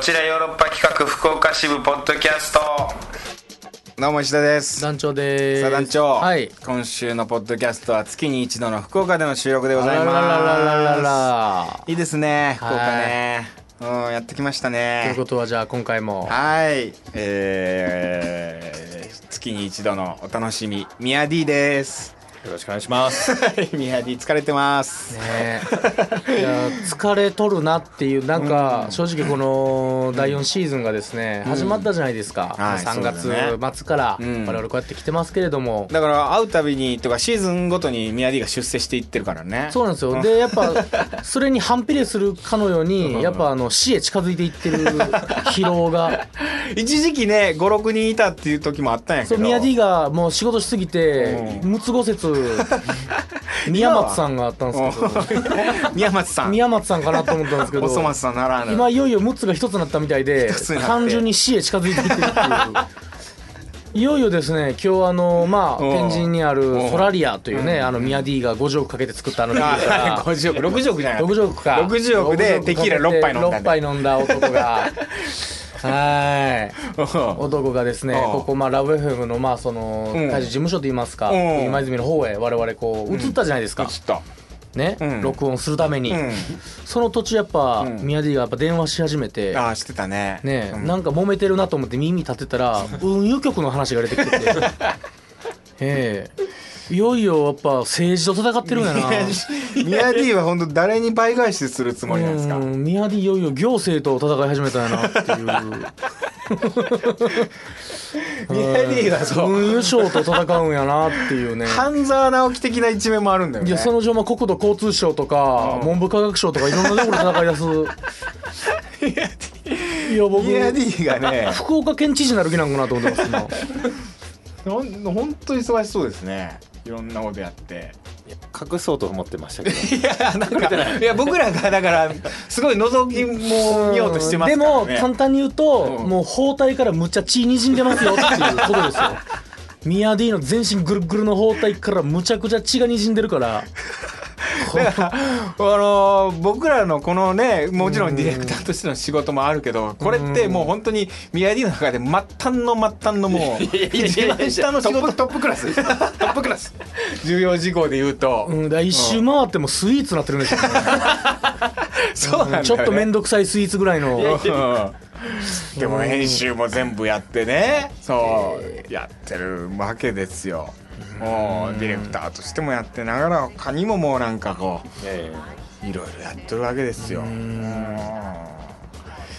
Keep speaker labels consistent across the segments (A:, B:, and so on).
A: ちらヨーロッパ企画福岡支部ポッドキャスト
B: どうも石田です
C: 団長でーす。
B: さあ団長、
C: はい。
B: 今週のポッドキャストは月に一度の福岡での収録でございます
C: あらららららら
B: いいですね福岡ねうんやってきました
C: という
B: ね
C: ことはじゃあ今回も
B: はいえー、月に一度のお楽しみミヤディです
D: よろしくお願いします。
B: はい ミヤディ疲れてます、
C: ねいや疲れとるなっていうなんか正直この第4シーズンがですね始まったじゃないですか。
B: はい
C: 3
B: そうだね
C: 月末から
B: うん
C: 我々こうやって来てますけれども。
B: だから会うたびにとかシーズンごとにミヤディが出世していってるからね
C: そうなんですよでやっぱそれに反比例するかのようにやっぱあの死へ近づいていってる疲労が
B: 一時期ね56人いたっていう時もあったんやけ
C: そ
B: ど
C: う宮 D がもう仕事しすぎて
B: う
C: むつご説宮松さんがあったんですけど
B: 宮松さん
C: 宮松さんかなと思ったんですけ
B: おそ
C: ど
B: 松さんならぬ
C: 今いよいよ6つが1つになったみたいで
B: つになって
C: 単純に死へ近づいていってるっていういよいよですね今日あのまあ
B: うん
C: 天神にあるソラリアというねあのミヤ D が50億かけて作ったあのビール
B: あ
C: が
B: 50億60億じゃない
C: 60億か
B: 60億でテキーラ6杯飲んだん
C: 6
B: だ
C: 杯
B: よ
C: 飲んだ男 がはい
B: うん
C: 男がですね
B: うん
C: ここまあラブ FM のまあその
B: うん
C: 会社事務所といいますか
B: うん
C: 今泉の方へ我々こう移ったじゃないですか
B: ちょっ
C: ね
B: うん
C: 録音するために
B: とうん
C: その途中やっぱ
B: うん
C: 宮 D がやっぱ電話し始めて
B: ああしてたね
C: ねえ、
B: うん
C: なんか揉めてるなと思って耳立てたら運輸局の話が出 てきててええいよいよやっぱ政治と戦ってるんやな
B: ミヤディは本当誰に倍返しするつもりなんですか
C: うん宮城いよいよ行政と戦い始めたんやなっ ていう
B: ミヤディはそう
C: 運輸省と戦うんやなっていうね
B: 半沢直樹的な一面もあるんだよ
C: い
B: ね
C: やその上も国土交通省とか文部科学省とかいろんなところ戦い出すいや僕
B: ミヤディがね
C: 福岡県知事になる気なんかなと思ってます今。
B: ほんほんと忙しそうですねいろんなことやって
D: 隠そうと思ってましたけ ど。
B: いやなんかいや僕らがだからすごい覗きも見ようとしてますからね
C: でも簡単に言うと、
B: うん
C: もう包帯からむっちゃ血にじんでますよっていうこと ですよミヤディの全身ぐるぐるの包帯からむちゃくちゃ血がにじんでるから
B: だから、あ のー僕らのこのねもちろんディレクターとしての仕事もあるけどこれってもう本当に宮城の中で末端の末端 のもう一番下の仕事トップクラストップクラス重要事項で言うと、
C: うんだから一周回ってもスイーツなってるんですよ、ね
B: そうなんだよ、ね、
C: ちょっと面倒くさいスイーツぐら いの
B: うん でも編集も全部やってねそうやってるわけですよもうディレクターとしてもやってながら他にももうなんかこう
D: え
B: いろいろやってるわけですよ。うん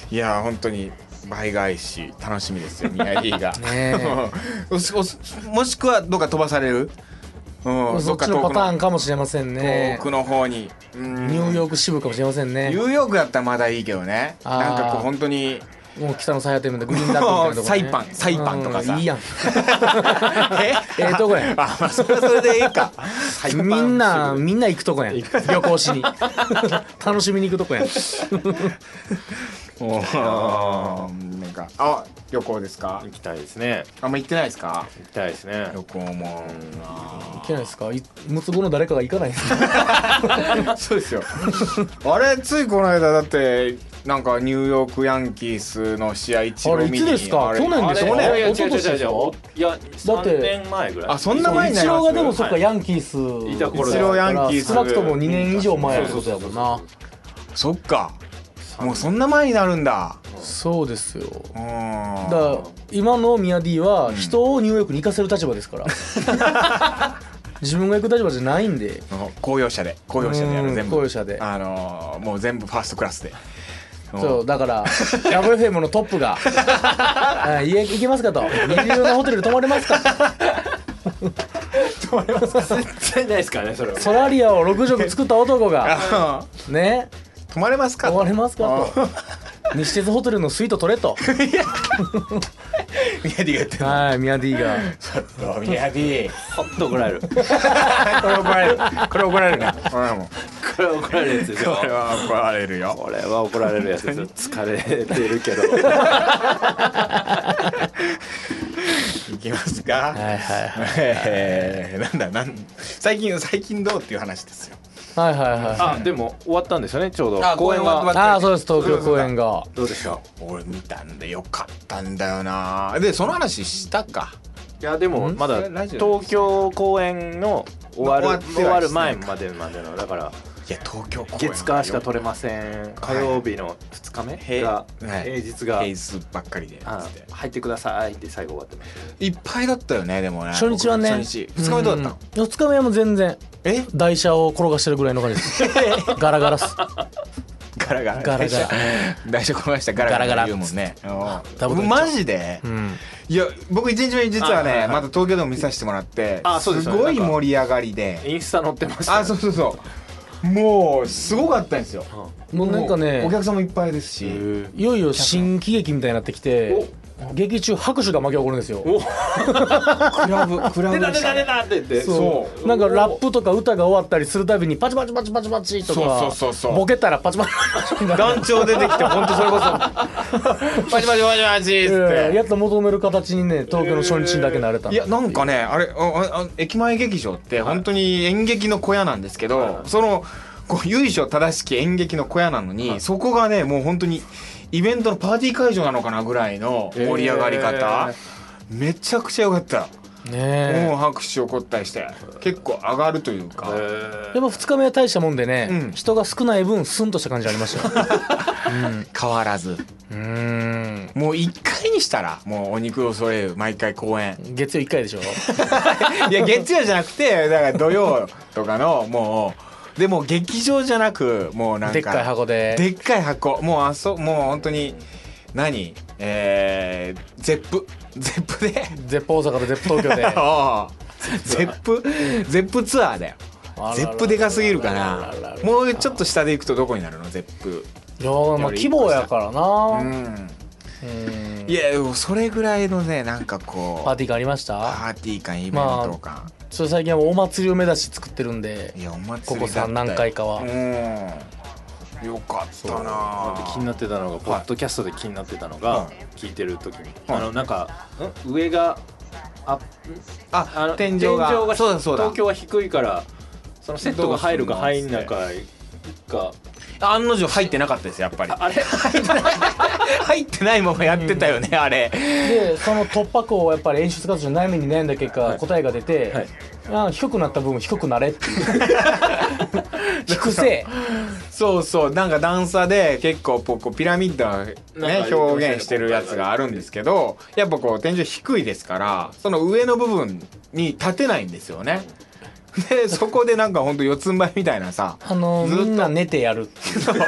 B: いや本当に倍返し楽しみですよ宮城が。
C: ねえ
B: おしおしもしくはどっか飛ばされる、うん、
C: そっちのパターンかもしれません
B: 遠
C: ね
B: くの方に。うん
C: ニューヨーク支部かもしれません
B: ニ
C: ね
B: ューヨークだったらまだいいけどね
C: あー
B: なんかこう本当に
C: もう北の最果てみたいなグリーンダックみたいなとこ、ね、
B: サイパンサイパンとかさ
C: うんいいやん
B: え
C: ええと こやん
B: あまあそれはそれでいいか
C: みんなみんな行くとこやん旅行しに 楽しみに行くとこやん
B: おーなんかあ旅行ですか
D: 行きたいですね。
B: あんま行ってないですか
D: 行きたいですね。
B: 旅行も
C: いけないですかい六つ子の誰かが行かないんですか
B: そうですよ あれついこの間だってなんかニューヨークヤンキースの試合一
C: あれいつですか去年でしょ
D: あれ
C: ね
D: いや違う
C: 一昨年
D: 違う違うおいや、
C: だって
D: 3年前ぐらい。
B: あ そんな前にな
C: 一
B: りま
C: 郎
B: す
C: がでもそっ
D: は
C: か
D: い
C: ヤンキース
D: いた頃
B: 一郎ヤンキース
C: 少なくとも2年以上前のことやもんな
B: そっか
D: 三
B: もうそんな前になるんだ
C: そうですよ
B: う
C: だ
B: ん
C: から今のミヤディは人をニューヨークに行かせる立場で すから自分が行く立場じゃないんで
B: 公用車で公用車でや
C: う
B: る
C: ん
B: 全部
C: 公用車で
B: あのーもう全部ファーストクラスで
C: そうだからラブ FM のトップ が「はい家行けますか?」と「二流のホテルで泊まれますか?」
D: 絶対ないですからね、それ は。
C: ソラリアを6畳作った男が
B: あ
C: ね
B: ー泊まれますか
C: 終われますか
B: あ
C: と西鉄ホテルのスイート取れと
B: ミヤディが言ってる
C: はいミヤディが
B: ちょっとミヤディ
D: ほっと怒ら れる。こ
B: これ怒られるこれ怒られるねこれはもう
D: れは怒られるやつですよ
B: こ。れは怒られるよ
D: これは怒られるやつですよ。 疲れてるけど。
B: いきますか
C: はいはい
B: えーなんだなん最近最近どうっていう話ですよ
C: はいはいは
D: あでも終わったんですよねちょうど
A: あ
D: 公演
A: 公演終わ
D: は
A: っ
C: いああそうです東京公演が
D: どうでした
B: 俺見たんでよかったんだよなでその話したか
D: いやでも
C: ん
D: まだ
B: ラジオ
D: 東京公演の終わる
B: 終
D: 終
B: わ
D: わ
B: っては
D: る
B: しない
D: 前
B: か
D: までまでのだから
B: いや東京公演
D: 月火しか取れません火曜日の2日目が
B: はい
D: 平日が
B: 平日ばっかりで
D: あ入ってくださいって最後終わってました
B: いっぱいだったよねでもね
C: 初日はね
B: 初日2日目どうだったの
C: たの2日目はもう全然
B: え
C: 台車を転がしてるぐらいの感じです ガラガラっす
B: ガラガラ
C: ガ ラガラ
B: 大丈夫このしたガラガラ言うもんね
C: ダブル
B: うんマジで
C: うん
B: いや僕1日目実は
D: あはい
B: ね
D: はい
B: また東京でも見させてもらって
D: あそうです
B: す
D: よね
B: ごい
D: なんか
B: 盛り上がりで
D: インスタ載ってました
B: あそうそうそうもうすごかったんですよ
C: もうなんか
B: もうお
C: ね
B: 客さんもいっぱいですし
C: いよいよ新喜劇みたいになってきて劇中拍手が巻き起こるんですよ
D: お
B: クラブクラブで
D: 出た出
B: したた
D: 出
B: ね
D: たって言って
B: そう
C: なんかラップとか歌が終わったりするたびにパチパチパチパチパチとか
B: そうそうそうそう
C: ボケたらパチパチパチみたいな
B: 団長出てきて本当それこそパチパチパチパチっつって
C: やっと求める形にね東京の初日にだけなれた
B: いやなんかねあれああ駅前劇場って本当に演劇の小屋なんですけど、そのこう由緒正しき演劇の小屋なのに、そこがねもう本当にイベントのパーティー会場なのかなぐらいの盛り上がり方、めちゃくちゃ良かった、も
C: ね
B: う拍手起こったりして結構上がるというか、
C: えやっぱ2日目は大したもんでね、
B: うん
C: 人が少ない分スンとした感じありま したよ
B: 変わらず
C: うーん
B: もう1回にしたらもうお肉を揃える毎回公演
C: 月曜1回でしょ
B: いや月曜じゃなくてだから土曜とかのもうでも劇場じゃなくもうなんか
C: でっかい箱で
B: でっかい箱もうあそもう本当に何えー、ゼップゼップで
C: ゼップ大阪とゼッ プ東京で
B: おうゼップゼップツアーだよ
C: らら
B: ゼップでかすぎるか
C: あらら
B: な
C: らら
B: もうちょっと下で行くとどこになるのゼップ
C: いやーまあ規模やからな、
B: う
C: うん
B: んいやでもそれぐらいのねなんかこう
C: パーティーがありまし
B: パ
C: た
B: ーティー感イベント感、
C: それ最近はもうお祭りを目指して作ってるんで
B: いやお祭
C: こ
B: り
C: こ
B: だったよ
C: さん何回かは
B: うんよかったな
D: あと気になってたのがポッドキャストで気になってたのが
B: はい
D: 聞いてる時に
B: はい
D: あのなんかん上があ
B: あ
D: あの
B: 天井がそうだそうだ
D: 東京は低いからそのセットが入るか入んないかが
B: 案の定入ってなかったですやっぱり
D: あれ
B: 入ってないままやってたよね、あれ
C: でその突破口をやっぱり演出活動の悩みに悩んだ結果、
D: はい
C: 答えが出て、
D: はい
C: あー低くなった分低くなれっていう 低せ
B: そうそうなんか段差で結構こうこうピラミッドは
D: なん
B: ね
D: か
B: 表現してるやつがあるんですけどやっぱこう天井低いですからその上の部分に立てないんですよねでそこでなんかほんと四つん這いみたいな さ
C: あの
B: ずっと
C: みんな寝てやるって いう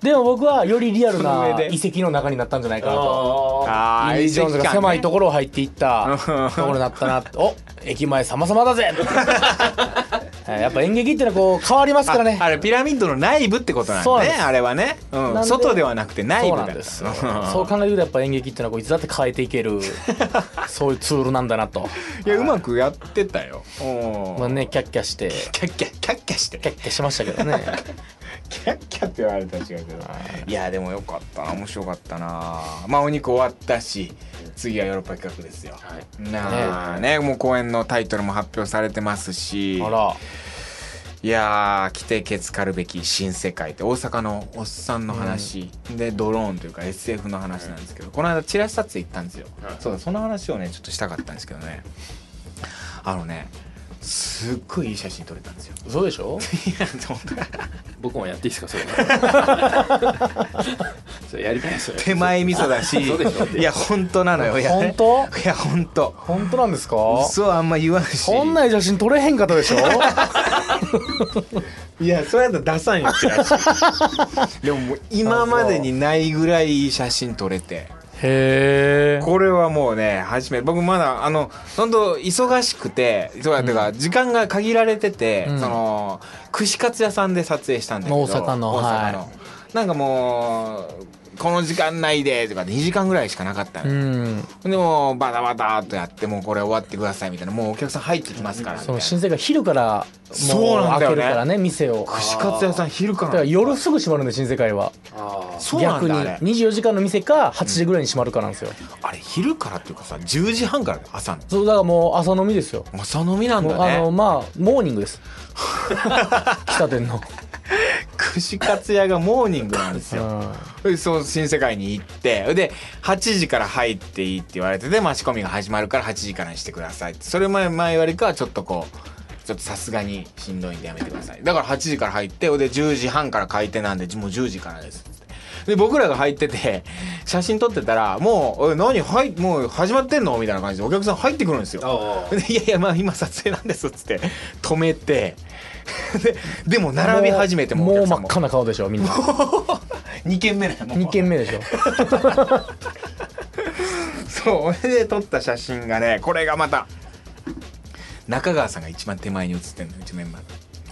C: でも僕はよりリアル
B: その
C: な
B: 上で
C: 遺跡の中になったんじゃないかなと
D: あ
B: あ
C: インディ・ジョーンズが狭いと
B: こ
C: ころを入っていったところになったなってお駅前様々 だぜはいやっぱ演劇ってのはこう変わりますからね
B: ああれピラミッドの内部ってことなん
C: そう
B: だ
C: なん
B: ね
C: です
B: あれはね、う
C: なん
B: ん、
C: で
B: 外ではなくて内
C: そ
B: 部だ
C: うな
B: から
C: んですよそう考えるとやっぱ演劇ってのはこういつだって変えていけるそういうツールなんだなと
B: いやうまくやってたよ、うん
C: まあねキャッキャして
B: キャッキャキャッキャして
C: キャッキャしましたけどね
B: キャッキャって言われたら違うけどいやでもよかったな面白かったなまあお肉終わったし次はヨーロッパ企画ですよ、
D: はい
B: なあねもう公演のタイトルも発表されてますし
C: あら
B: いやー来てけつかるべき新世界って大阪のおっさんの話、でドローンというか SF の話なんですけど、この間チラシ撮影行ったんですよ、
D: はい
B: そうだその話をねちょっとしたかったんですけどねあのねすっごいいい写真撮れたん ですよ
C: そうでしょ
B: いや本当
D: 僕もやっていいですかそ れそれやりたいですよね
B: 手前味噌だし
D: そうでしょ
B: いや本当なのよいや
C: 本当
B: いや本当
C: 本当なんですか
B: そうあんま言わんし
C: こんないい写真撮れへんかったでしょ
B: いやそうやったら出さんよチラシでももう今までにないぐらいいい写真撮れて
C: へえ
B: これはもうね初めて僕まだあの本当忙しくてそうやってか時間が限られてて、
C: うん
B: その串カツ屋さんで撮影したんだけど
C: 大阪の
B: 大阪
C: はい
B: のなんかもうこの時間内でとか2時間ぐらいしかなかったのよ
C: うん
B: でもうバタバタっとやってもうこれ終わってくださいみたいなもうお客さん入ってきますからみた
C: そ
B: い
C: の
B: な
C: 新鮮が昼からも
B: そうなんだ
C: 開
B: よ
C: け
B: ね
C: るからね店を
B: 串カツ屋さん昼か
C: だ
B: ら
C: から夜すぐ閉まるんで新世界は
D: あ
B: そうなん
C: 逆に
B: だあれ
C: 24時間の店か8時ぐらいに閉まるかなんですよ
B: あれ昼からっていうかさ10時半からだよ朝の
C: そうだからもう朝飲みですよ
B: 朝飲みなん
C: もうあ
B: だ
C: の
B: ね
C: まあモーニングです 喫茶店の
B: 串カツ屋がモーニングなんです
C: う
B: よ
C: ん
B: でそう新世界に行ってで8時から入っていいって言われてで、まあ、仕込みが始まるから8時からにしてくださいってそれ前前割りかはちょっとこうちょっとさすがにしんどいんでやめてくださいだから8時から入ってで10時半から開店なんでもう10時からですってで僕らが入ってて写真撮ってたらもう「おい何はいもう始まってんの?」みたいな感じでお客さん入ってくるんですよ
D: あ
B: でいやいやまあ今撮影なんですっつって止めてででも並び始めても
C: もう
B: お
C: もう
B: 客さ
C: 真
B: ん
C: っ
B: も
C: 赤な顔でしょみんな
B: 2軒目だよもう
C: 2軒目でしょ
B: そうそれで撮った写真がねこれがまた中川さんが一番手前に写ってるのうちメンバー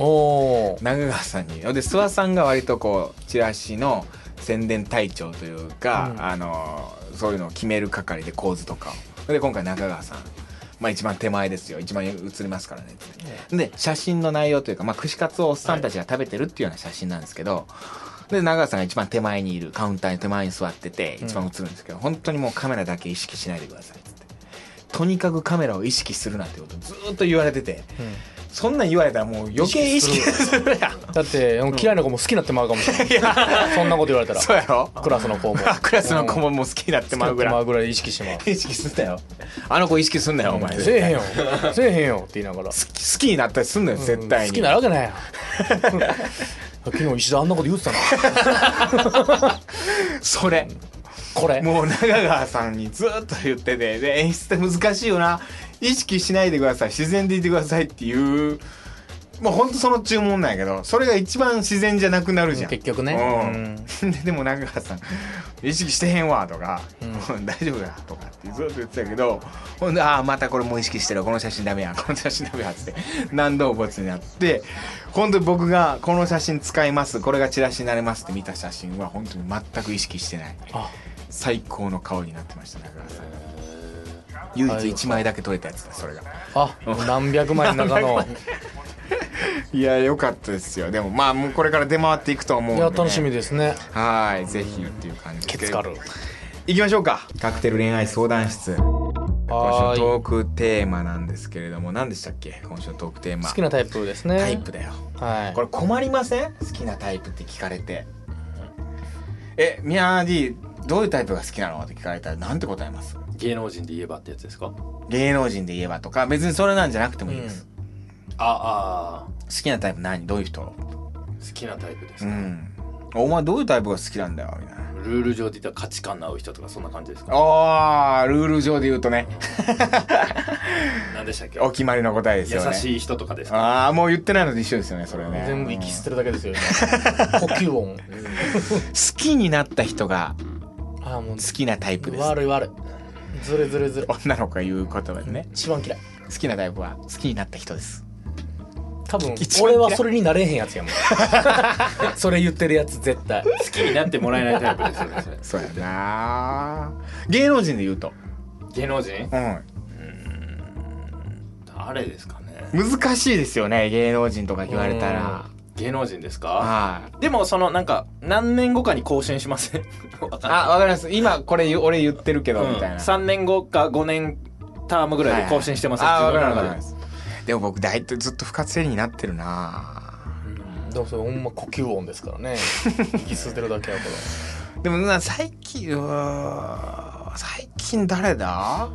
B: の
C: おお
B: 中川さんにで諏訪さんが割とこうチラシの宣伝隊長というか、
C: うん
B: あのそういうのを決める係で構図とかをで今回中川さんまあ一番手前ですよ一番写りますからねってで写真の内容というか、まあ、串カツをおっさんたちが食べてるっていうような写真なんですけど、で長谷さんが一番手前にいるカウンターに手前に座ってて一番映るんですけど、本当にもうカメラだけ意識しないでくださいっつってとにかくカメラを意識するなってことをずーっと言われてて、そんなん言われたらもう余計意識するやん
C: だって嫌いな子も好きになってまうかもしれないそんなこと言われた ら
B: そうやろ
C: クラスの子も
B: クラスの子ももう好きになって
C: 好きに
B: まう
C: なっ
B: ぐ
C: てま
B: ら
C: うぐらい意識してまう
B: い意識すんなよあの子意識すんなよお前、
C: せえへん
B: 好
C: よせえへんよって言いながら
B: き好きになったりすんのよ絶対に、
C: 好きになるわけないやん 昨日石田あんなこと言ってたな
B: それ
C: これ
B: もう中川さんにずっと言っててで演出って難しいよな意識しないでください自然でいてくださいっていうもうほんとその注文なんやけどそれが一番自然じゃなくなるじゃん
C: 結局ね
B: うん、 ででも中川さん「意識してへんわ」とか「大丈夫だ」とかってずっと言ってたけどほんで「ああまたこれもう意識してるこの写真ダメやこの写真ダメや」っつって何度もボツになって本当に僕が「この写真使いますこれがチラシになります」って見た写真は本当に全く意識してない
C: あ
B: 最高の顔になってました中川さん唯一1枚だけ撮れたやつだそれが
C: あ何百枚 の中の
B: いや良かったですよでもまあもうこれから出回っていくと思うん
C: い
B: で、
C: や
B: ね、
C: 楽しみですね
B: はいぜひっていう感じで
C: ケツカル
B: 行きましょうかカクテル恋愛相談室今週の
C: はーい
B: トークテーマなんですけれども何でしたっけ今週のトークテーマ
C: 好きなタイプですね
B: タイプだよ
C: はい
B: これ困りません好きなタイプって聞かれてえミヤー D どういうタイプが好きなのって聞かれたらなんて答えます
D: 芸能人で言えばってやつですか
B: 芸能人で言えばとか別にそれなんじゃなくてもいいです、
D: ああ
B: 好きなタイプ何どういう人
D: 好きなタイプです
B: う
D: か、
B: んお前どういうタイプが好きなんだよみたいな
D: ルール上で言ったら価値観の合う人とかそんな感じですか
B: あールール上で言うとね
D: 何でしたっけ
B: お決まりの答えですよね
D: 優しい人とかですか
B: ああもう言ってないのと一緒ですよねそれね
C: 全部息吸ってるだけですよ 今呼吸音
B: 好きになった人が
C: あーも
B: 好
C: う
B: きなタイプです
C: 悪い悪いずれずれずれ
B: 女の子が言う言葉でね
C: 一番嫌い
B: 好きなタイプは好きになった人です
C: 多分
B: 一番嫌
C: 俺
B: い
C: はそれになれへんやつ やもんそれ言ってるやつ絶対
D: 好きになってもらえないタイプですよねそれ
B: そうやな芸能人で言うと
D: 芸能人
B: うん
D: 誰ですかね
B: 難しいですよね芸能人とか言われたら
D: 芸能人ですか
B: はい
D: でもそのなんか何年後かに更新しませんわか んない
B: あわかります今これ言う俺言ってるけど
D: うん
B: みたいな
D: 3年後か5年タームぐらいで更新してます
B: はいはいあわか
D: 自
B: り
D: 分
B: ますわか
D: の中で
B: りますでも僕大体ずっと不活性になってるな
C: でもそれほんま呼吸音ですから ね息吸ってるだけやか
B: でもな最近うーん最近誰だ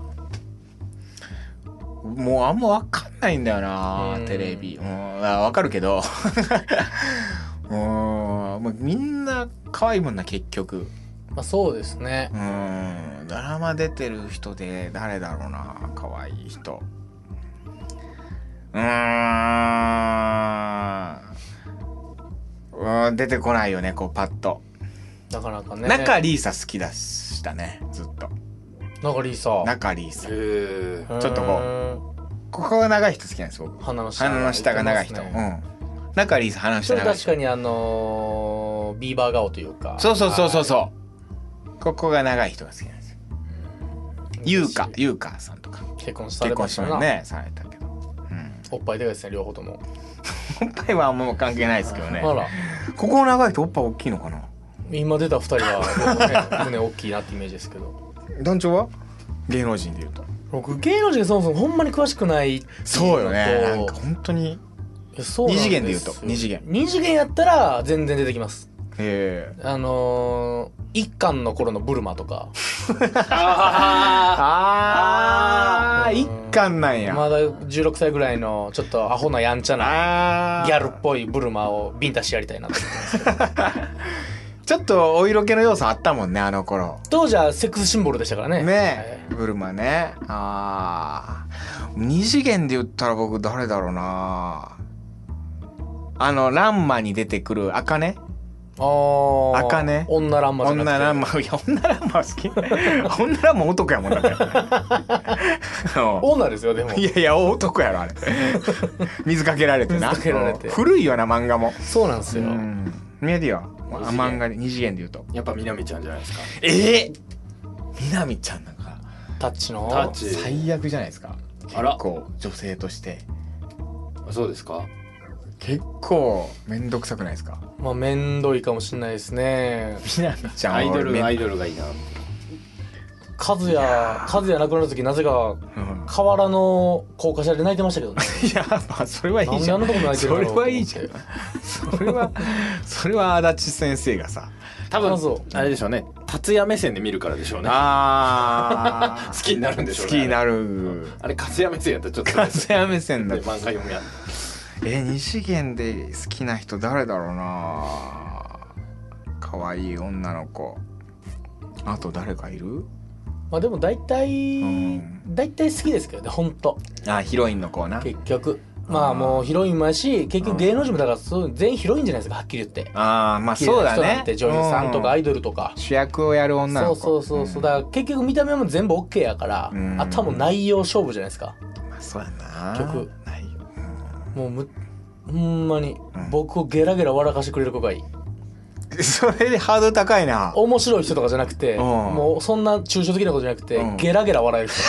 B: もうあんまわかんないんだよな
C: うん
B: テレビうんあわかるけど うんもうみんな可愛いもんな結局
C: らまあそうですね
B: うんドラマ出てる人で誰だろうな可愛い人うーんうん出てこないよねこうパッと、
C: なかなかね
B: 中リーサ好きだしたねずっと
C: 中リーさ
B: 中リーサ
D: へー
B: ちょっとこうここが長い人好きなんです僕
C: 鼻の下
B: 鼻の下が長い人、
C: 言ってますね
B: うん中リーサ鼻の
C: そ
B: 下
C: れ
B: 長い
C: 確
B: 人
C: かにあのービーバー顔というか
B: そうそうそうそう
C: う
B: そここが長い人が好きなんですよ優香優香さんとか
C: 結婚さ
B: 結
C: れま
B: 婚
C: し
B: したた
C: な、
B: のねされたけど、うん、
C: おっぱいでかいですね両方とも、
B: おっぱいはもう関係ないですけどね
C: あら
B: ここの長い人おっぱい大きいのかな
C: 今出た2人は、ね、 胸大きいなってイメージですけど
B: 団長は芸能人でいうと
C: 僕芸能人そもそもほんまに詳しくないっていのと
B: そうよねなんか本当に
C: いやそうなんです
B: 二次
C: よ
B: 元で言うと二次元
C: 二次元やったら全然出てきます
B: ええ
C: あのー、一巻の頃のブルマとか
D: あ
B: ああ
C: ー
B: 一貫なんや、
C: まだ16歳ぐらいのちょっとアホなやんちゃな
B: あー
C: ギャルっぽいブルマをビンタしてやりたいなと
B: ちょっとお色気の要素あったもんねあの頃
C: 当時はセックスシンボルでしたからね
B: ねえブルマねああ二次元で言ったら僕誰だろうなあの「ランマ」に出てくるあかね
C: はいああ
B: 茜
C: 女ランマじゃな
B: 女
C: くて
B: ランマいや女ランマは好き女ランマ男やもん だってうん
C: オーナーですよでも
B: いやいや男やろあ れ水かけられてな
C: 水かけられて
B: うん古いよな漫画も
C: そうなんです
B: う
C: よ、
B: んメディア
D: 二
B: あ
D: 次元
B: 漫画で二次元で言うと
D: やっぱ南ちゃんじゃないですか
B: ええ南ちゃんなんか
C: タッチの
D: タッチ
B: 最悪じゃないですか
D: あら
B: 結構女性として
D: そうですか
B: 結構めんどくさくないですか
C: まあめんどいかもしれないですね
B: 南ちゃん
D: アイドル
B: めん
D: アイドルがいいな
C: 和也和也亡くなる時なぜか
B: うん
C: 河原の高架下で泣いてましたけどね
B: いやまあそれはいいじゃん
C: なんであんなとこ泣いてる
B: そ
C: んだ
B: れ
C: ろう
B: はいいじゃんそれはそれは足立先生がさ
D: 多
C: あそう
D: 分あれでしょうね達也目線で見るからでしょうねあ
B: あー
D: 好きになるんでしょう
B: 好
D: ね
B: きにな る
D: れ達也目線やったらちょっと
B: 完成目線だ
D: で漫画読みや
B: え二次元で好きな人誰だろうな可愛い女の子あと誰かいる
C: まあでも大体
B: うん
C: 大体好きですけどね本当
B: あヒロインの子な
C: 結局まあもうヒロインもやし結局芸能人もだからそう全員ヒロインじゃないですかはっきり言って
B: ああまあそうだ
C: 綺麗な人な
B: ね
C: んて女優さんとかア
B: う
C: イドルとか
B: 主役をやる女
C: そ
B: の
C: う
B: 子
C: そうそうそうだから結局見た目も全部 OK やから
B: うん
C: あとはもう内容勝負じゃないですか
B: まあそうやな
C: 曲
B: ないよ
C: もうむほんまに僕をゲラゲラ笑かしてくれる子がいい
B: それでハードル高いな
C: 面白い人とかじゃなくて
B: ん
C: もうそんな抽象的なことじゃなくて
B: うん
C: ゲラゲラ笑える人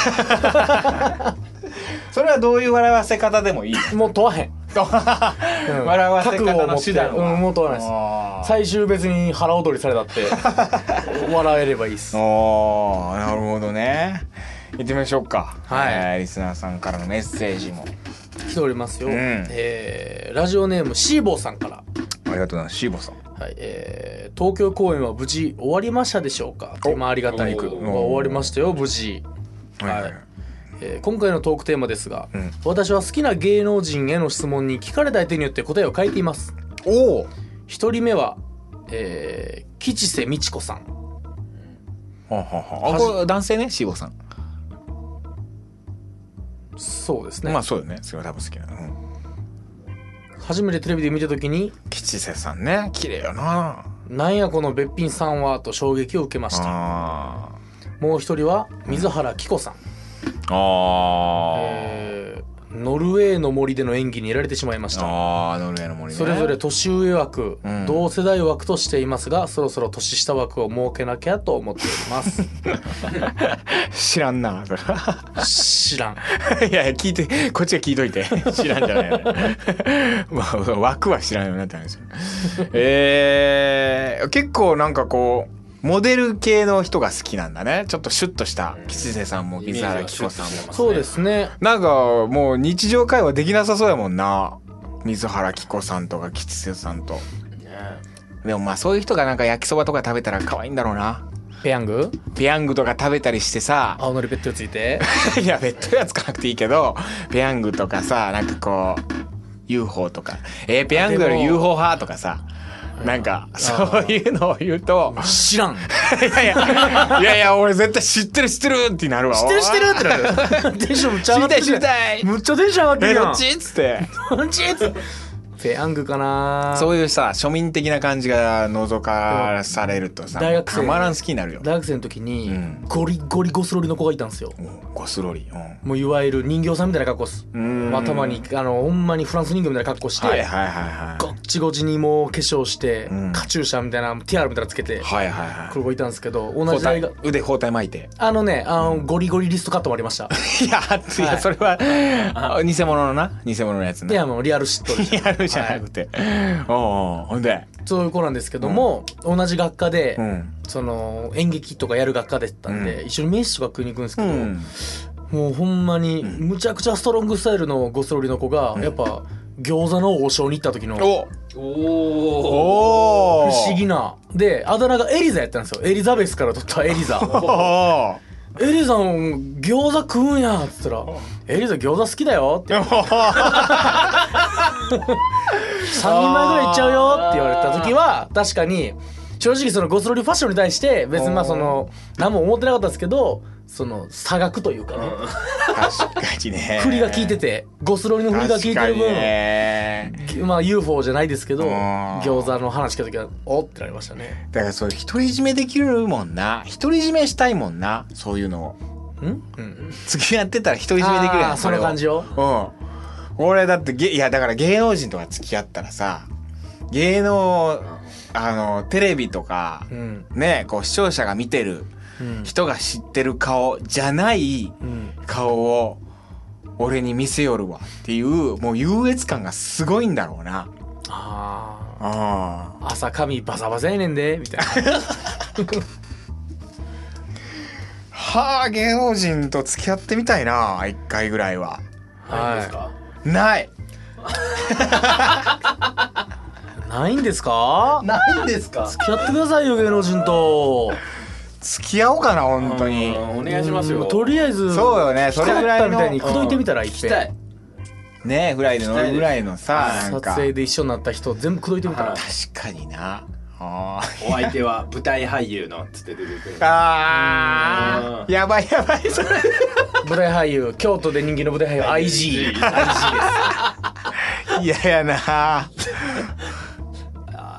B: それはどういう笑わせ方でもいい
C: もう問わへんうん
B: 笑わせ方の手段
C: 覚悟を持ってうんもう問わないです
B: あ
C: 最終別に腹踊りされたって 笑えればいいっす
B: ーあーなるほどね行ってみましょうか
C: はい
B: えーリスナーさんからのメッセージも
C: 来ておりますよ、
B: うん
C: えーラジオネームシーボーさんから
B: ありがとうございますシーボさん
C: はいえー東京公演は無事終わりましたでしょうか
B: お
C: まあありがたい
D: お
C: 終
D: ー
C: わりましたよ無事、はいえー今回のトークテーマですが、
B: うん
C: 私は好きな芸能人への質問に聞かれた相手によって答えを書いています
B: おお
C: 一人目は、えー吉瀬美智子さん
B: はははあこれ男性ねシーボさん
C: そうですね、
B: まあそうよねそれは多分好きなうん
C: 初めてテレビで見た時に
B: 吉瀬さんね綺麗よな
C: 「なんやこのべっぴんさんは」と衝撃を受けました
B: あー
C: もう一人は水原希子さん、
B: あー
C: えーノルウェーの森での演技にやられてしまいました
B: あーノルウェーの森ね
C: それぞれ年上枠、
B: うん
C: 同世代枠としていますがそろそろ年下枠を設けなきゃと思っております
B: 知らんな それは
C: 知らん
B: いやいや聞いてこっちが聞いとい て知らんじゃないよね まあ枠は知らんよなって 話えー、結構なんかこうモデル系の人が好きなんだねちょっとシュッとした吉瀬さんも
D: イメー
B: 水
D: ジ
B: 原
D: は
B: 希
D: シ
B: 子
D: ュッと
B: さん
D: し
B: も
D: てますね
C: そうですね
B: なんかもう日常会話できなさそうやもんな水原希子さんとか吉瀬さんと
D: ね
B: でもまあそういう人がなんか焼きそばとか食べたら可愛いんだろうな
C: ペヤング
B: ペヤングとか食べたりしてさ
C: 青のりペットについて
B: いやベッドやつかなくていいけどペヤングとかさなんかこう UFO とかえー、ペヤングよ
C: で
B: り
C: も
B: UFO 派とかさなんかそういうのを言う と
C: 知らん
B: いやいやいやいや俺絶対知ってる知ってるってなるわ知
C: 知ってる知ってるってなるテンションむっちゃ上がってる
B: 知りたい知りたい
C: むっちゃテンション上がって
B: え
C: るや
B: ど
C: ん
B: っちっつって
C: どっちペヤングかな
B: そういうさ庶民的な感じが覗かされるとさ
C: 大学生
B: たまらん好きになるよ、
C: 大学生の時に、
B: うん
C: ゴリゴリゴスロリの子がいたんですよ
B: うん、ゴスロリ、う
C: もういわゆる人形さんみたいな格好っす
B: んうん
C: 頭にあのほんまにフランス人形みたいな格好して、
B: はいはいはいはい
C: ごっちごちにもう化粧して、
B: うん
C: カチューシャみたいなティアラみたいなのつけて、
B: はいはいはい
C: これ子いたんですけど同
B: 包
C: じ大
B: 帯
C: 学
B: 腕包帯巻いて
C: あのねあの、ゴリゴリリストカットもありました
B: いやい
C: は
B: や
C: い
B: それはあ偽物のな偽物のやつ
C: で
B: ね
C: あのリアル嫉妬でした
B: やるじゃなくて、おうおうほんで
C: そういう子なんですけども、同じ学科で、
B: うん
C: その演劇とかやる学科でしたんで、
B: う
C: 一緒に飯とか食いに行くんですけ
B: う
C: ど、
B: ん
C: もうほんまにむちゃくちゃストロングスタイルのゴスロリの子が、やっぱ餃子の王将に行った時の不
B: お
D: おお
B: お
C: 思議なであだ名がエリザやったんですよエリザベスから取ったエリ ザ
B: おお
C: エリザん餃子食うんやっつったら「エリザ餃子好きだよ」って「3人前ぐらいいっちゃうよ」って言われた時は確かに正直そのゴスロリファッションに対して別にまあその何も思ってなかったですけどその差額というかね
B: 確かに ね
C: 振りが効いててゴスロリの振りが効いてる
B: 確かにね
C: 分まあ UFO じゃないですけど
B: うん
C: 餃子の話聞いた時は「おっ!」ってなりましたね。
B: だからそう独り占めできるもんな独り占めしたいもんなそういうのを
C: んうん
B: 付き合ってたら独り占めできるや
C: あー
B: ん
C: その
B: れを
C: 感じを
B: うん俺だってげいやだから芸能人とか付き合ったらさ芸能あのテレビとか
C: うん
B: ねこう視聴者が見てる
C: うん
B: 人が知ってる顔じゃない
C: うん
B: 顔を俺に見せよるわっていうもう優越感がすごいんだろうな
C: ああ
B: あ
C: 朝髪バサバサやねんでみたいな
B: はあ芸能人と付き合ってみたいな一回ぐらいは
D: ないですか
B: ない
C: ないんですか
D: ないんですか
C: 付き合ってくださいよ芸能人と
B: 付き合おうかな本当に
D: うんお願いします
C: う
D: よ
C: んとりあえず
B: そうよねそれぐらいの
C: 来たかったみたいに口説いてみたらいっ
D: 行
C: ぺ
D: き
C: ん
D: たい
B: ねえフライで乗るぐらいのさなん
C: 撮
B: か
C: 影で一緒になった人全部口説いてみたら
D: は
B: 確かになあー
D: お相手は舞台俳優のっつって出てくる
B: あ
D: う
B: ーやばいやばいそれ
C: 舞台俳優京都で人気の舞台俳優 IG
B: 嫌やな
D: あ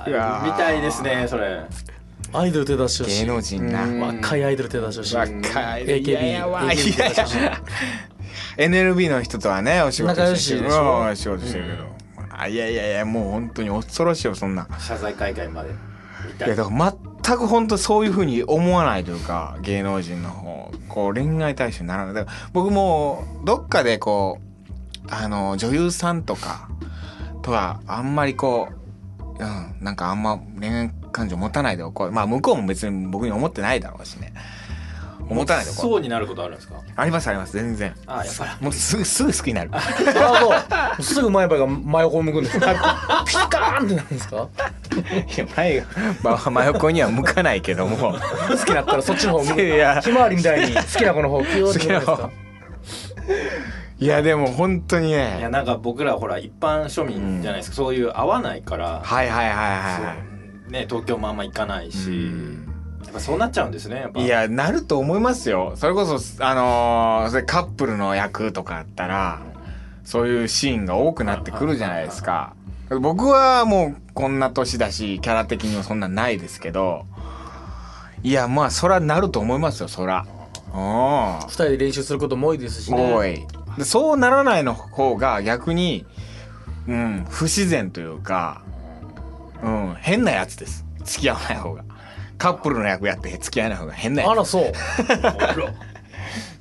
B: うわ
D: ー
B: ー
D: みたいですねそれ
C: アイドル手出してほし
B: 芸
C: い
B: 能人な
D: うん
C: 若いアイドル手出してほしい
B: 若い
C: AKB
B: いややわい
C: AKB
B: ややわ NLB の人とはねお仕事
C: 仲良し
B: してる
C: でしょ
B: うん仕事してるけど、あいやいやいやもう本当に恐ろしいよそんな
D: 謝罪会見までみ
B: い
D: た
B: や
D: い
B: だから全く本当そういうふうに思わないというか芸能人の方こう恋愛対象にならないだから僕もどっかでこうあの女優さんとかとはあんまりこう、うん、なんかあんま恋愛感情持たないでおこうまあ向こうも別に僕に思ってないだろうしね思たないでおこう
D: そうになることあるんですか
B: ありますあります全然
D: あーやっぱり
B: もうす ぐすぐ好きになる
C: あそうすぐ前歯が真横を向くんですピカーンってなるんですか
B: いや前が、まあ、真横には向かないけども
C: 好きになったらそっちの方向く
B: いや
C: ひまわりみたいに好きな子の方ピヨーっ
B: 好
C: て向くんです
B: きな
C: か
B: いやでも本当に
D: いや
B: ね
D: なんか僕らほら一般庶民じゃないですか、そういう合わないから、
B: はいはいはいはいはい
D: そうね東京もあんま行かないし、やっぱそうなっちゃうんですねやっぱ
B: いやなると思いますよそれこそあのーそれカップルの役とかあったらそういうシーンが多くなってくるじゃないですか僕はもうこんな年だしキャラ的にもそんなんないですけどいやまあそらなると思いますよそらうん
C: 二人で練習することも多いですしね
B: 多いでそうならないの方が逆にうん不自然というかうん変なやつです付き合わない方がカップルの役やって付き合わない方が変なやつ
C: あらそう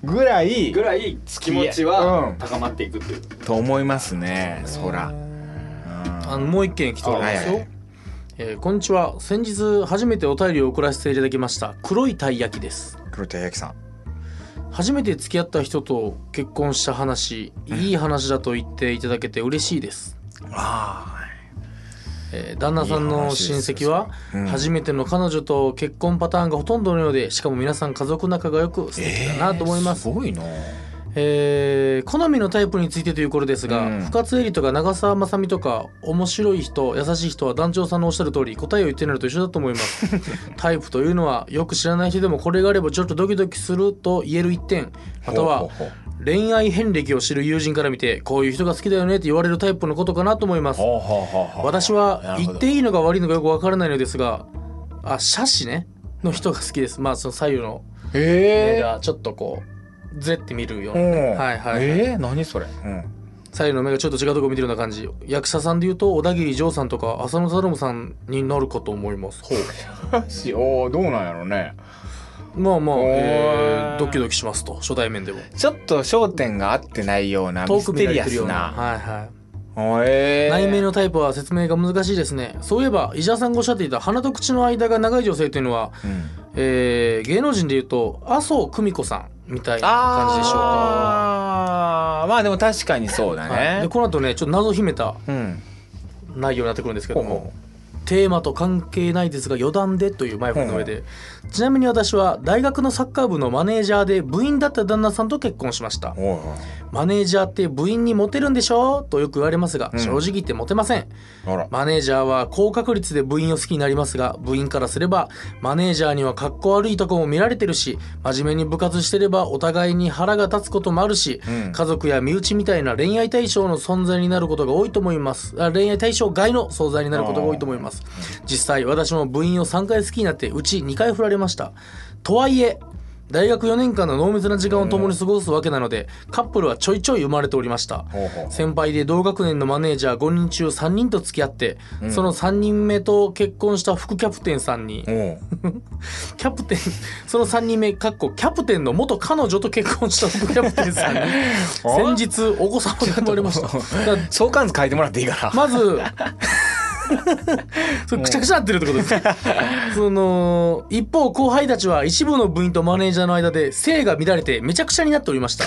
B: ぐらい
D: ぐらい気持ち
B: う
D: は
B: ん
D: 高まっていくっていう、
B: と思いますねそら
C: あのもう一件来ております
B: あはい
C: よ
B: はい。
C: えーこんにちは。先日初めてお便りを送らせていただきました。黒いたい焼きです。
B: 黒田焼さん
C: 初めて付き合った人と結婚した話、いい話だと言っていただけて嬉しいです。
B: あ
C: えー旦那さんの親戚
B: い
C: はい
B: 話ですよそれうん
C: 初めての彼女と結婚パターンがほとんどのようでしかも皆さん家族仲が良く素敵だなと思います
B: すごいな
C: えー好みのタイプについてということですが、
B: うん
C: 深津絵里とか長澤まさみとか面白い人優しい人は団長さんのおっしゃる通り答えを言ってないのと一緒だと思います タイプというのはよく知らない人でもこれがあればちょっとドキドキすると言える一点または
B: ほうほうほ
C: 恋愛遍歴を知る友人から見てこういう人が好きだよねって言われるタイプのことかなと思います
E: ほうほうほうほう
C: 私
E: な
C: は
E: るほ
C: 言
E: ど
C: っていいのか悪いのかよくわからないのですがあ斜視ねの人が好きですまあその左右の目
B: え
C: がちょっとこうずれて見るよう
B: えう
C: な、
B: ん
C: はいはい、
B: えー何それうん
C: 左右の目がちょっと違うとこ見てるような感じ役者さんで言うと小田切丈さんとか浅野サルムさんになるかと思いますほう
B: しおーどうなんやろうね
C: まあまあ、
B: おー
C: えードキドキしますと初対面でも
B: ちょっと焦点が合ってないようなミ
C: 遠く
B: ス
C: 見
B: テ
C: ら
B: リ
C: れ
B: ア
C: てる
B: ス
C: ような
B: な
C: はいはい
B: おえー
C: 内面のタイプは説明が難しいですねそういえば石田さんがおっしゃっていた鼻と口の間が長い女性というのは、
B: うん
C: えー芸能人で言うと麻生久美子さんみたいな
B: あ
C: 感じでしょうか
B: あーまあでも確かにそうだ
C: はい
B: ね
C: でこの後ねちょっと謎を秘めた
B: うん
C: 内容になってくるんですけど
B: ほう
C: も
B: ほ
C: テーマと関係ないですが余談でという前振りの上でちなみに私は大学のサッカー部のマネージャーで部員だった旦那さんと結婚しました
B: おいおい
C: マネージャーって部員にモテるんでしょとよく言われますが正直言ってモテません
B: あら
C: マネージャーは高確率で部員を好きになりますが部員からすればマネージャーには格好悪いとこも見られてるし真面目に部活してればお互いに腹が立つこともあるし、家族や身内みたいな恋愛対象の存在になることが多いと思いますあ恋愛対象外の存在になることが多いと思います実際私も部員を3回好きになってうち2回振られましたとはいえ大学4年間の濃密な時間を共に過ごすわけなので、カップルはちょいちょい生まれておりました
B: うほう
C: 先輩で同学年のマネージャー5人中3人と付き合って、その3人目と結婚した副キャプテンさんに、
B: おう
C: キャプテン その3人目かっこキャプテンの元彼女と結婚した副キャプテンさんに先日お子さんが生まれましただから
B: 相関図書いてもらっていいか
C: ま ずそれくちゃくちゃなってるってこ とですかその一方後輩たちは一部の部員とマネージャーの間で性が乱れてめちゃくちゃになっており ました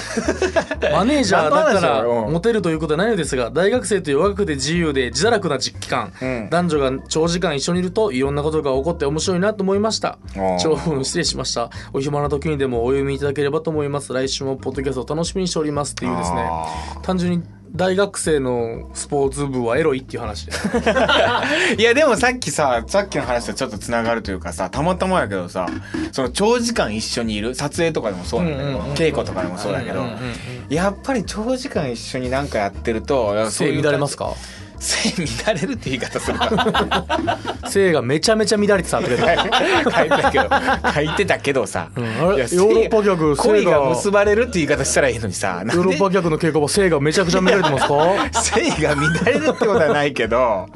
C: マネージャーだか
B: なん
C: ら
B: の話だようん
C: モテるということはないのですが大学生という若くて自由で自堕落な実期間、
B: ん
C: 男女が長時間一緒にいるといろんなことが起こって面白いなと思いました
B: ー
C: 長文失礼しましたお暇な時にでもお読みいただければと思います来週もポッドキャストを楽しみにしておりますっていうですね単純に大学生のスポーツ部はエロいっていう話で
B: いやでもさっきささっきの話とちょっとつながるというかさたまたまやけどさその長時間一緒にいる撮影とかでもそうなんだけど、稽古とかでもそうだけど、やっぱり長時間一緒になんかやってるといやそういう
C: 性乱れますか
B: 性乱れるって言い方するか
C: 性がめちゃめちゃ乱れてたってこと
B: 書いてたけど書いてたけどさ、
C: んあ
B: い
C: れ
B: や
C: ヨーロッパ客
B: 恋
C: 性
B: が
C: が
B: 結ばれるって言い方したらいいのにさなんで
C: ヨーロッパ客の稽古場性がめちゃくちゃ乱れてますかは
B: 性が乱れるってことはないけど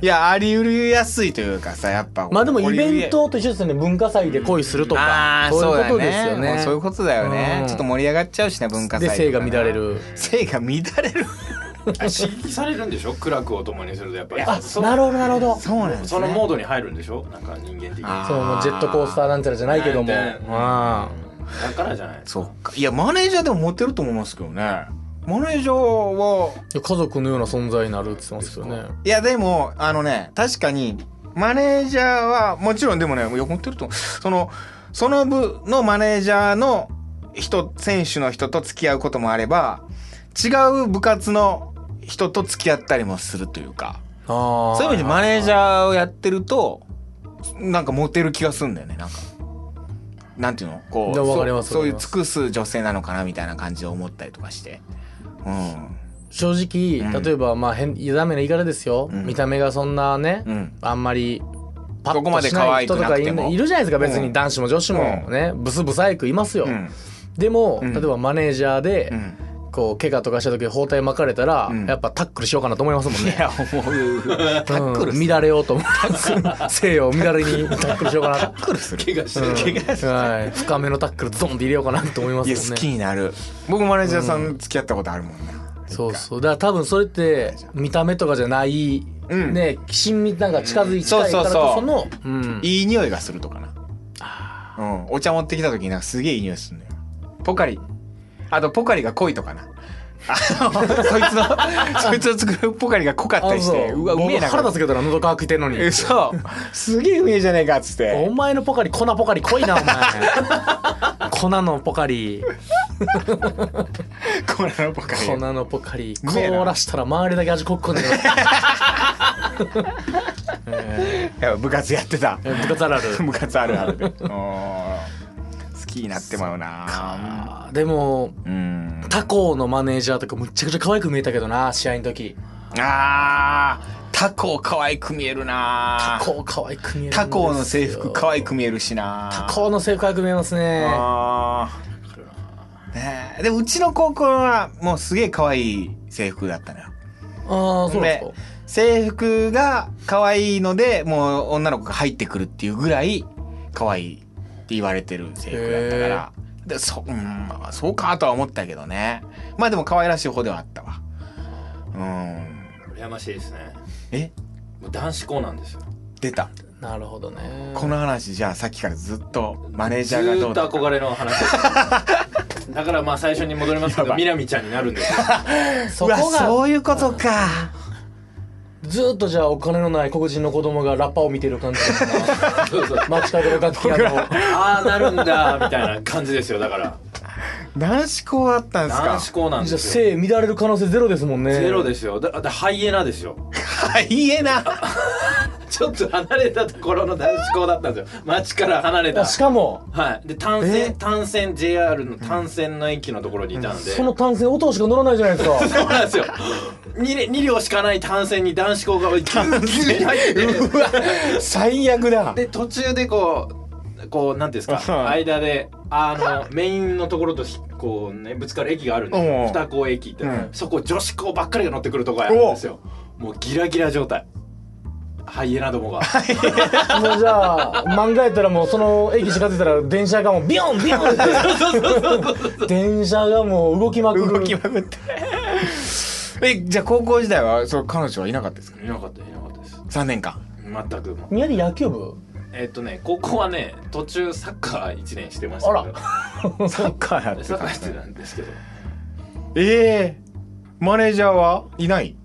C: い
B: いやあり得るやすいというかさやっぱ
C: まあでもイベントと一緒ですよね文化祭で恋すると
B: あ
C: か
B: あ
C: そういうこと
B: だ
C: ですよ
B: もう
C: ね
B: そういうことだよね、
C: うん
B: ちょっと盛り上がっちゃうしね文化祭
C: で
B: とか
C: 性が乱れる
B: 性が乱れる
D: 刺激されるんでしょ苦楽を共にするとやっぱりそ
C: なるほどなるほど
B: そうなんです
D: そのモードに入るんでしょなんか人間的に
B: あ
D: だ
C: そうもうジェットコースターなんちゃらじゃないけども
D: なんて
C: あ
D: からじゃない
B: そっかいやマネージャーでもモテると思いますけどねマネージャーは
C: 家族のような存在になるって言ってますけどね
B: いやでもあのね確かにマネージャーはもちろんでもねいやモテると思うそのその部のマネージャーの人選手の人と付き合うこともあれば違う部活の人と付き合ったりもするというか
C: ああ
B: そういう意味でマネージャーをやってるとなんかモテる気がするんだよねなんか。なんていうのこう
C: いやわかります
B: そうそういう
C: わかります
B: 尽くす女性なのかなみたいな感じで思ったりとかして。うん。
C: 正直、
B: うん
C: 例えばまあ変ダメな言い方ですよ、
B: うん
C: 見た目がそんなね、
B: うん
C: あんまりパ
B: そこまで可愛くなくても
C: いいるじゃないですか別
B: う
C: に
B: ん
C: 男子も女子もね、ブスブサイクいますよ、
B: うん。
C: でも、
B: うん
C: 例えばマネージャーで、
B: うん。
C: こう怪我とかした時包帯巻かれたら、
B: うん
C: やっぱタックルしようかなと思いますもん
B: い
C: ね
B: や、思う。タックルす
C: うん
B: る。
C: 乱れようと思う西洋乱れにタックルしようかな
B: タックルする。
D: 怪我して
C: う
D: る
C: んはい、深めのタックルゾンって入れようかなと思いま
B: い
C: す
B: や、
C: もん
B: 好
C: ね
B: きになる。僕マネージャーさん付き合ったことあるもんね。
C: そうそうだから多分それって見た目とかじゃない、
B: うん
C: ね親密なんか近づいてたいからこそのうん
B: いい匂いがするとかな。うん。お茶持ってきた時になんかすげえいい匂いするのよ。ポカリ。あとポカリが濃いとかな。あ の、そいつの、そいつの作るポカリが濃かったりして、
C: あ
B: うわ、うめえな。
C: 僕腹立つけどな喉乾くてんのに
B: え、そう。すげえうめえじゃねえかっつって。
C: お前のポカリ粉ポカリ濃いなお前粉のポカリ
B: これのポカリ。
C: 粉のポカリ
B: うめえな
C: 凍らしたら周りだけ味濃っこんで る
B: いや部活やってた。
C: 部活あるある
B: 部活あるあるで。うん好気になってまうな
C: あーでも
B: うん
C: 他校のマネージャーとかむっちゃくちゃ可愛く見えたけどな試合の時
B: あータコ可愛く見えるな
C: 他校可愛く見えるんですよ
B: タコの制服可愛く見えるしな
C: 他校の制服可愛く見えますね
B: あーねえでうちの高校はもうすげえ可愛い制服だったのよ
C: ああそうなんですか
B: で制服が可愛いのでもう女の子が入ってくるっていうぐらい可愛いって言われてる制服だったからでそ,、うんまあ、そうかとは思ったけどねまあでも可愛らしい方ではあったわうん
D: 羨ましいですね
B: え
D: もう男子校なんですよ
B: 出た
C: なるほどね
B: この話じゃあさっきからずっとマネージャーがどう
D: ずー
B: だ
D: っと憧れの話で すだからまあ最初に戻りますけ
B: やば
D: ど
B: い
D: みなみちゃんになるんですよ
C: そう
B: わ
C: こが
B: そういうことか
C: ずーっとじゃあお金のない黒人の子供がラッパを見てる感じですね
D: そうそう
C: 街角の楽器屋の
D: ああなるんだみたいな感じですよだから
B: 男子校だったんですか
D: 男子校なん
C: じゃあ
D: ですよ
C: 性乱れる可能性ゼロですもんね
D: ゼロですよだだってハイエナですよ
B: はいえな
D: ちょっと離れたところの男子校だったんですよ町から離れた
C: あしかも
D: はいで単
B: え
D: 線単線 JR の単線の駅のところにいたんで、
C: その単線音しか乗らないじゃないですか
D: そうなんですよ 2, 両しかない単線に男子校がギュッギュッ入って
B: うわ最悪だ
D: で途中でこうこうなんていうんです
B: うん
D: か間であのメインのところとひこうねぶつかる駅があるんです
B: うん
D: よ二校駅って、
B: うん
D: そこ女子校ばっかりが乗ってくるとこやるんですよもうギラギラ状態ハイエナどもが
C: もうじゃあ漫画やったらもうその駅近づいたら電車がもうビヨンビヨンって電車がもう動きまくる
B: 動きまくって えじゃあ高校時代はその彼女はいなかったですか
D: いなかったいなかったです
B: 3年間
D: 全くもう
C: 宮城野球部
D: えっとね高校はね途中サッカー1年してましたけど
B: サッカーやっ
D: サッカーやってたんですけど
B: ええマネージャーはいない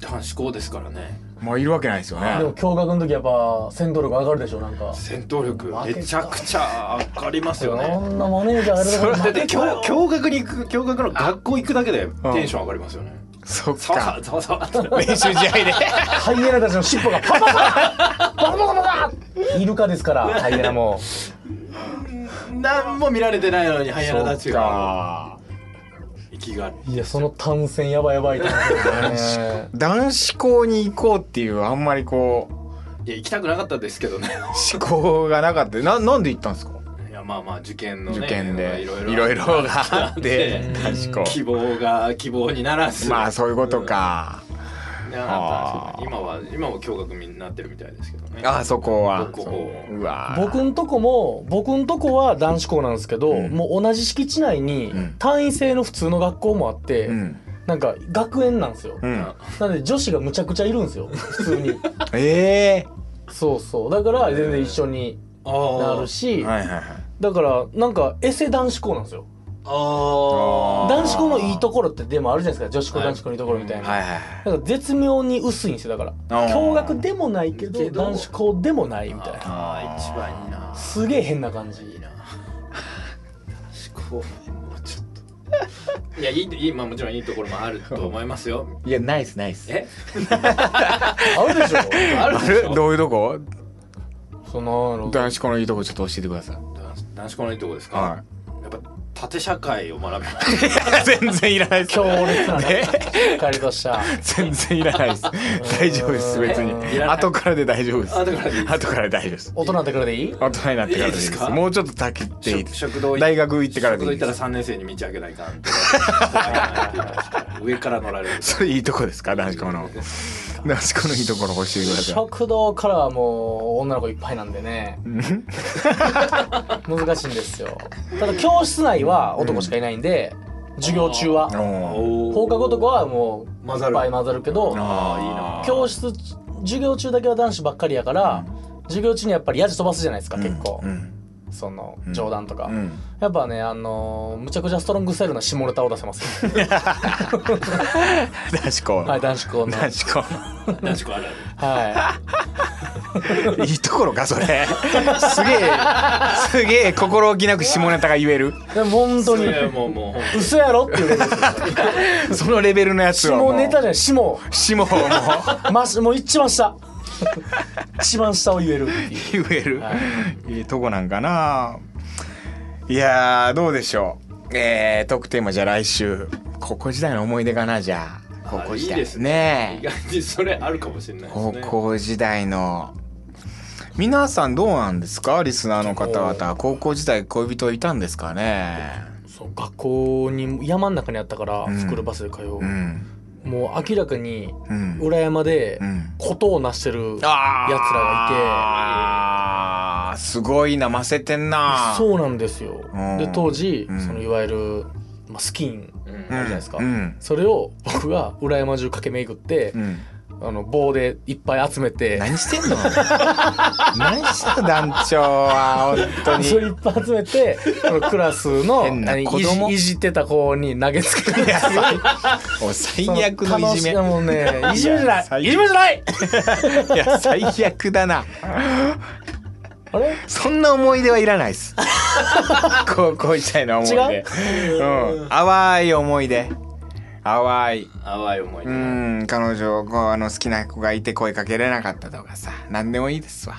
D: 男子校ですからね
B: まあいるわけないですよ
C: で
B: ね
C: も驚愕の時やっぱ戦闘力上がるでしょなんか
D: 戦闘力
C: 負けた
D: めちゃくちゃ上がりますよね
C: そんなマネージャーあれだから
D: だっ
C: 負
D: て
C: けた
D: 驚
C: よ
D: 驚愕に行く驚愕の学校行くだけでテンション上がりますよね。
B: そっ
D: ざわ
B: か
D: ざわざわざわ
B: 練習試合で
C: ハイエナたちの尻尾がパパパパパパパパイルカですからハイエナも
D: 何も見られてないのにハイエナたちが
B: か
D: 息がある。
C: いやその単線やばいやばいって話ですよね
B: 男子校に行こうっていうあんまりこう
D: いや行きたくなかったですけどね。
B: 思考がなかったななんで行ったんですか
D: いやまあまあ受験のね
B: 受験で
D: いろ
B: い
D: いろ
B: ろいろがあ って
D: うん
B: 男子
D: 希
B: 校
D: 望が希望にならず。
B: まあそういうことか
D: うん。であなた今は今も驚愕になってるみたいですけどね。
B: あそこは
D: 僕こう
B: うわー
C: 僕んとこも僕んとこは男子校なんですけど、
B: うん
C: もう同じ敷地内に
B: うん
C: 単位制の普通の学校もあって、
B: うん
C: なんか学園なんですよ、
B: うん
C: なんで女子がむちゃくちゃいるんですよ普通 に
B: ええ
C: そうそうだから全然一緒にな
D: あ
C: るし、
B: はいはいはい
C: だからなんかエセ男子校なんですよ
D: ああ
B: あー
C: 男子校のいいところってでもあるじゃないですか女子校男子校のいいところみたいな、
B: はいはい
C: なんか絶妙に薄いんですよだから
B: あー
C: 共学でもないけど
D: けど
C: 男子校でもないみたいな
D: あー一番いいな。
C: すげえ変な感じ
D: いいな思考もうちょっ といやいいいいまあもちろんいいところもあると思いますよ
B: いやナイスナイス
D: え
C: あるで しょ
D: ある
B: あ
D: で
B: れ
D: しょ
B: どういうとこ
C: その
B: 男子校のいいとこちょっと教えてくださ い
D: 男子校のいいとこですか、
B: は
D: やっぱ縦社会を学びま
B: い全然いらないです
C: 強烈なね
B: ね
C: しっかりとした
B: 全然いらないです大丈夫です別
D: い
B: に
D: らない
B: 後からで大丈夫です
D: 後からでいいです
B: 後からで大丈夫です
C: 大人になってからでいい
B: 大人になってからでいいで
D: いいですすか
B: もうちょっと先っていいです
D: 食堂
B: 大学行ってからで
D: 食
B: い
D: 堂
B: い
D: 行っ
B: で
D: たら
B: す
D: 3年生に道開けないかんとか上から乗られる
B: それいいとこですか男子校の男子校のいいところ教えてください
C: 食堂からはもう女の子いっぱいなんでね難しいんですよただ教室内は男しかいないんで、授業中は
B: おー
C: 放課後とかはもう
D: 混
C: い
D: ざ
C: っ
D: る
C: ぱい混ざるけど
D: あーいいな
C: 教室授業中だけは男子ばっかりやから、授業中にやっぱりヤジ飛ばすじゃないですか、結構、
B: うん
C: その冗談とか、
B: うん
C: やっぱねあのーむちゃくちゃストロングスタイルな下ネタを出せま すよ
B: 男子校
C: はい
B: の
C: 男子校の
B: 男子校
D: 男子校あるある
C: は
B: のいいところかそれすげえすげえ心置きなく下ネタが言える
C: いでも本当
D: そ
C: に
D: れはもうもう本当に
C: 嘘やろっていうレ ベルですよ
B: そのレベルのやつはも
C: 下
B: う
C: ネタじゃない下も
B: 下をもう
C: うもう一番下一番下を言えるっていう
B: 言える
C: はい
B: いいとこなんかないやーどうでしょうえー、トークテーマじゃあ来週高校時代の思い出かなじゃあ高校時代
D: あいいです
B: ね
D: 意
B: え
D: 外にそれあるかもしれないです
B: 高
D: ね
B: 校時代の皆さんどうなんですかリスナーの方々高校時代恋人いたんですかね
C: そう学校に山の中にあったから、
B: うん
C: スクールバスで通う、
B: うん
C: もう明らかに
B: うん
C: 裏山で
B: うん
C: ことをなしてる、
B: あー
C: 奴ら
B: あーすごいなませてんな
C: そうなんですよ、
B: うん
C: で当時、
B: うん
C: そのいわゆる、まあ、スキン
D: うん
C: あるじゃないですか、
B: うん
C: それを僕が裏山中駆け巡って
B: う、ん
C: あの棒でいっぱい集めて
B: 何してんの何してんの団長は本当に
C: それいっぱい集めてそのクラスの
B: 変な
C: 何い
B: 子
C: じ
B: 供
C: いじってた子に投げつけるっていう
B: お最悪のいじめ
C: その楽しいもうねいじめじゃ
B: いや
C: な
B: 最
C: いいじめじゃない
B: いや最悪だな
C: あれ
B: そんな思い出はいらないです高校時代の思い出うん、淡い思い出淡い
D: 淡い思い出
B: う
D: ね
B: ん彼女こうあの好きな子がいて声かけれなかったとかさ何でもいいですわ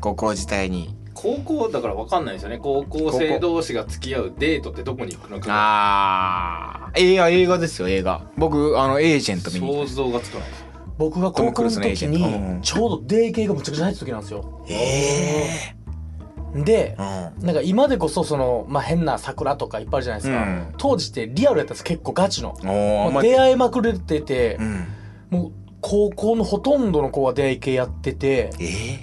B: 高校時代に
D: 高校だから分かんないですよね高校生同士が付き合うデートってどこに行くのか
B: ああ映画映画ですよ映画僕あのエージェント見に行
D: 想
B: っ
D: 像がつかないです
C: 僕が
B: ト
C: 高
B: ムク
C: 校
B: ルー
C: の
B: ズのエージ
C: 時
B: ェントうん
C: にちょうどデー系がむちゃくちゃ入った時なんですよ
B: たえ
C: で
B: えー、
C: なんか今でこそその、まあ、変な桜とかいっぱいあるじゃないですか、
B: うん
C: 当時ってリアルやったんです結構ガチの
B: うんおーあん
C: も
B: ま
C: う出会いまくれてて
B: う、ん
C: もう高校のほとんどの子が出会い系やってて
B: えー、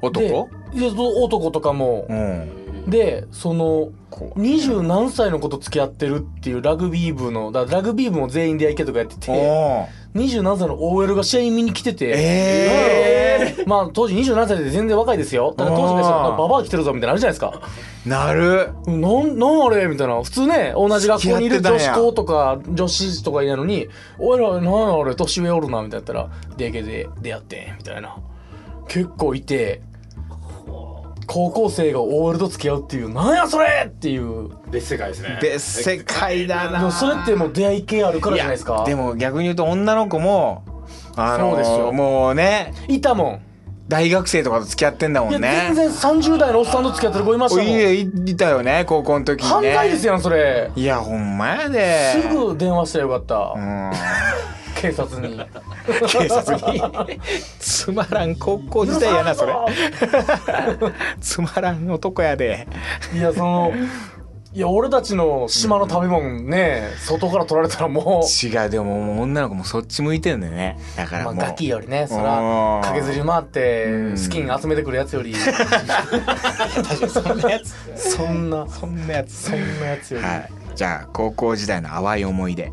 B: 男
C: でいやそう男とかも、
B: うん
C: でその
B: こう
C: 二十何歳の子と付き合ってるっていうラグビー部のだラグビー部も全員出会い系とかやってて
B: おー
C: 二十何歳の OL が試合見に来てて
B: え
C: えまあ当時27歳で全然若いですよ。だから当時ね、そ
B: あー
C: のババア来てるぞみたいなのあるじゃないですか。
B: なる
C: うんなん、なんあれみたいな。普通ね、同じ学校にいる
B: 付き合っ
C: 女
B: てたんや
C: 子校とか女子とかいないのに、おいら、なんあれ、年上おるな、みたいなやったら、DK で出会って、みたいな。結構いて、高校生が OL と付き合うっていう、なんやそれっていう。
D: 別世界ですね
B: 別世界だ
C: で
B: な
C: もそれってもう出会い系あるからじゃないですか。
B: でも逆に言うと女の子もあの
C: そうですよ
B: もうね
C: いたも
B: 大学生とかと付き合ってんだ
C: ん。
B: も
C: い
B: ん
C: や、
B: ね
C: 全然30代のおっさんと付き合ってる子いましたも
B: おい
C: ん。
B: いいたよね高校の時に
C: 犯
B: ね
C: 罪ですやん、それ。
B: いやほんまやです
C: ぐ電話したらよかっ
B: う
C: た、
B: ん
C: 警察に
B: 警察につまらん高校時代やなそ れつまらん男やで
C: いやそのいや俺たちの島の食べ物ね、外から取られたらもう、
B: 違うでももう女の子もそっち向いてんだよねだから
C: ま
B: も
C: あ、
B: う、
C: ガキよりねそ
B: うん
C: ら駆けずり回っ
B: う
C: て
B: ん
C: スキン集めてくるや つより
B: そんなやつ
C: そんな
B: そんなやつ
C: そんなやつより、
B: はい、じゃあ高校時代の淡い思い出、
D: はい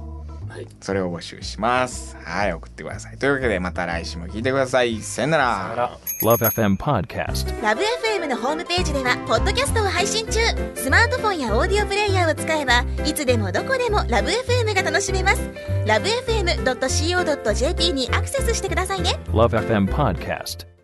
B: それを募集しますはい送ってくださいというわけでまた来週も聞いてくださいさよなら
C: だから
E: Love FM Podcast.
F: ラブ f m のホームページではポッドキャストを配信中スマートフォンやオーディオプレイヤーを使えばいつでもどこでもラブ f m が楽しめますラブ FM.co.jp にアクセスしてくださいね
E: Love FM Podcast.